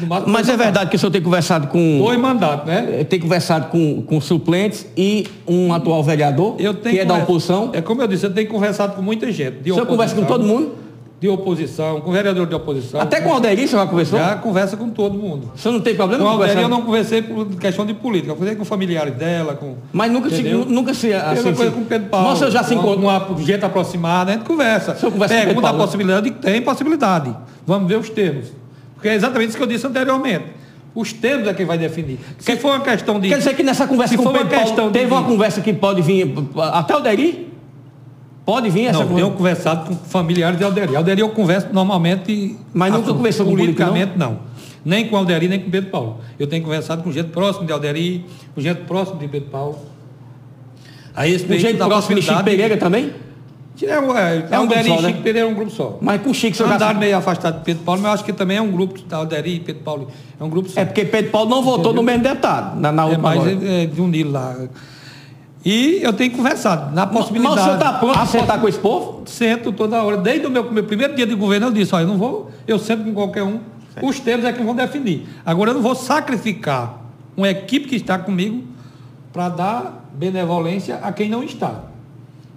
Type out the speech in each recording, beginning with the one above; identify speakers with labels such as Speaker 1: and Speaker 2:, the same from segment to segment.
Speaker 1: No máximo,
Speaker 2: Mas é
Speaker 1: dois
Speaker 2: verdade que o senhor tem conversado
Speaker 1: mandatos. Dois
Speaker 2: com.
Speaker 1: mandatos, né?
Speaker 2: eh, Tem conversado com, com suplentes e um atual vereador,
Speaker 1: Eu tenho
Speaker 2: que é da
Speaker 1: conversa-
Speaker 2: oposição.
Speaker 1: É como eu disse, eu tenho conversado com muita gente. De
Speaker 2: O senhor conversa com todo
Speaker 1: oposição,
Speaker 2: mundo?
Speaker 1: De oposição, com vereador de oposição.
Speaker 2: Até com o Alderir, o senhor já conversou?
Speaker 1: tá Já conversa com todo mundo.
Speaker 2: O senhor não tem problema
Speaker 1: Com a Aldeia eu
Speaker 2: conversar?
Speaker 1: não conversei por questão de política, eu conversei com familiares dela, com.
Speaker 2: Mas nunca se,
Speaker 1: Entendeu?
Speaker 2: nu- nunca se
Speaker 1: Mesma
Speaker 2: assim,
Speaker 1: coisa
Speaker 2: se-
Speaker 1: com o Pedro Paulo.
Speaker 2: Mas o senhor já se
Speaker 1: Com
Speaker 2: encontrou.
Speaker 1: alguma gente aproximada, a gente conversa.
Speaker 2: senhor conversa com o Pedro
Speaker 1: Pergunta a
Speaker 2: Paulo?
Speaker 1: possibilidade, tem possibilidade. Vamos ver os termos. Porque é exatamente isso que eu disse anteriormente. Os termos é quem vai definir. Se for uma questão de.
Speaker 2: Quer dizer que nessa conversa
Speaker 1: Se
Speaker 2: com
Speaker 1: for
Speaker 2: o
Speaker 1: uma
Speaker 2: Pedro Paulo,
Speaker 1: questão de-
Speaker 2: teve uma conversa que pode vir até o Deri? Pode vir essa
Speaker 1: não,
Speaker 2: conversa?
Speaker 1: tenho conversado com familiares de Alderi. Alderi eu converso normalmente.
Speaker 2: Mas nunca
Speaker 1: assim,
Speaker 2: conversou com político,
Speaker 1: politicamente, não? Nem com Alderi, nem com Pedro Paulo. Eu tenho conversado com gente próximo de Alderi, com gente próximo de Pedro Paulo. A
Speaker 2: Um
Speaker 1: respeito
Speaker 2: jeito
Speaker 1: da
Speaker 2: próximo de Chico
Speaker 1: possibilidade-
Speaker 2: Pereira também?
Speaker 1: É, um- é,
Speaker 2: É um
Speaker 1: Alderi
Speaker 2: grupo
Speaker 1: e
Speaker 2: só, né?
Speaker 1: Chico Pereira é um grupo só.
Speaker 2: Mas com o Chico, o senhor já
Speaker 1: Andaram meio afastado de Pedro Paulo, mas eu acho que também é um grupo, da Alderi e Pedro Paulo, é um grupo só.
Speaker 2: É porque Pedro Paulo não votou no mesmo deputado, na, na
Speaker 1: É
Speaker 2: última
Speaker 1: mais
Speaker 2: agora.
Speaker 1: é, de um Nilo lá. E eu tenho conversado, na
Speaker 2: Mas
Speaker 1: possibilidade.
Speaker 2: o senhor está pronto tá
Speaker 1: A
Speaker 2: para sentar com esse povo?
Speaker 1: Sento toda hora, desde o meu, meu primeiro dia de governo, eu disse, olha, eu não vou, eu sento com qualquer um, os termos é que vão definir. Agora eu não vou sacrificar uma equipe que está comigo para dar benevolência a quem não está.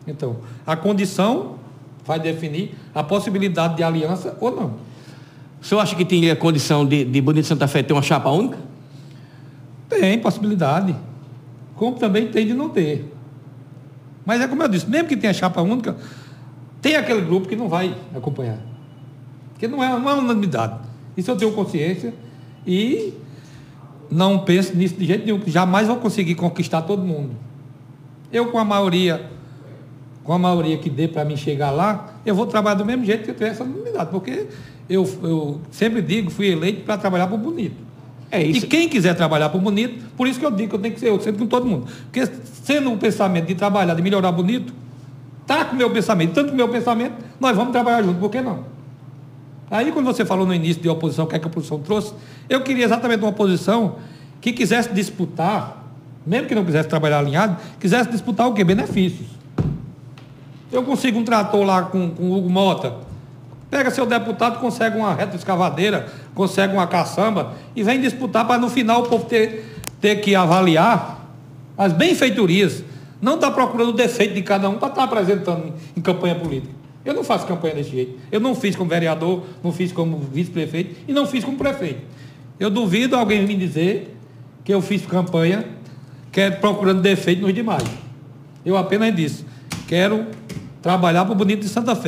Speaker 1: Então, a condição vai definir a possibilidade de aliança ou não.
Speaker 2: O senhor acha que teria condição de, de Bonito Santa Fé ter uma chapa única?
Speaker 1: Tem possibilidade. Como também tem de não ter. Mas é como eu disse, mesmo que tenha chapa única, tem aquele grupo que não vai acompanhar. Porque não é, não é unanimidade. Isso eu tenho consciência e não penso nisso de jeito nenhum, que jamais vou conseguir conquistar todo mundo. Eu com a maioria, com a maioria que dê para mim chegar lá, eu vou trabalhar do mesmo jeito que eu tenho essa unanimidade, porque eu, eu sempre digo, fui eleito para trabalhar para o bonito.
Speaker 2: É
Speaker 1: E
Speaker 2: isso.
Speaker 1: quem quiser trabalhar por bonito, por isso que eu digo que eu tenho que ser eu, sempre com todo mundo. Porque sendo um pensamento de trabalhar, de melhorar bonito, tá com o meu pensamento, tanto com o meu pensamento, nós vamos trabalhar junto, por que não? Aí quando você falou no início de oposição, o que é que a oposição trouxe, eu queria exatamente uma oposição que quisesse disputar, mesmo que não quisesse trabalhar alinhado, quisesse disputar o quê? Benefícios. Eu consigo um trator lá com, com o Hugo Mota. Pega seu deputado, consegue uma retroescavadeira, consegue uma caçamba e vem disputar para no final o povo ter, ter que avaliar as benfeitorias. Não está procurando o defeito de cada um para estar apresentando em, em campanha política. Eu não faço campanha desse jeito. Eu não fiz como vereador, não fiz como vice-prefeito e não fiz como prefeito. Eu duvido alguém me dizer que eu fiz campanha que é procurando defeito nos demais. Eu apenas disse, quero trabalhar para o Bonito de Santa Fé.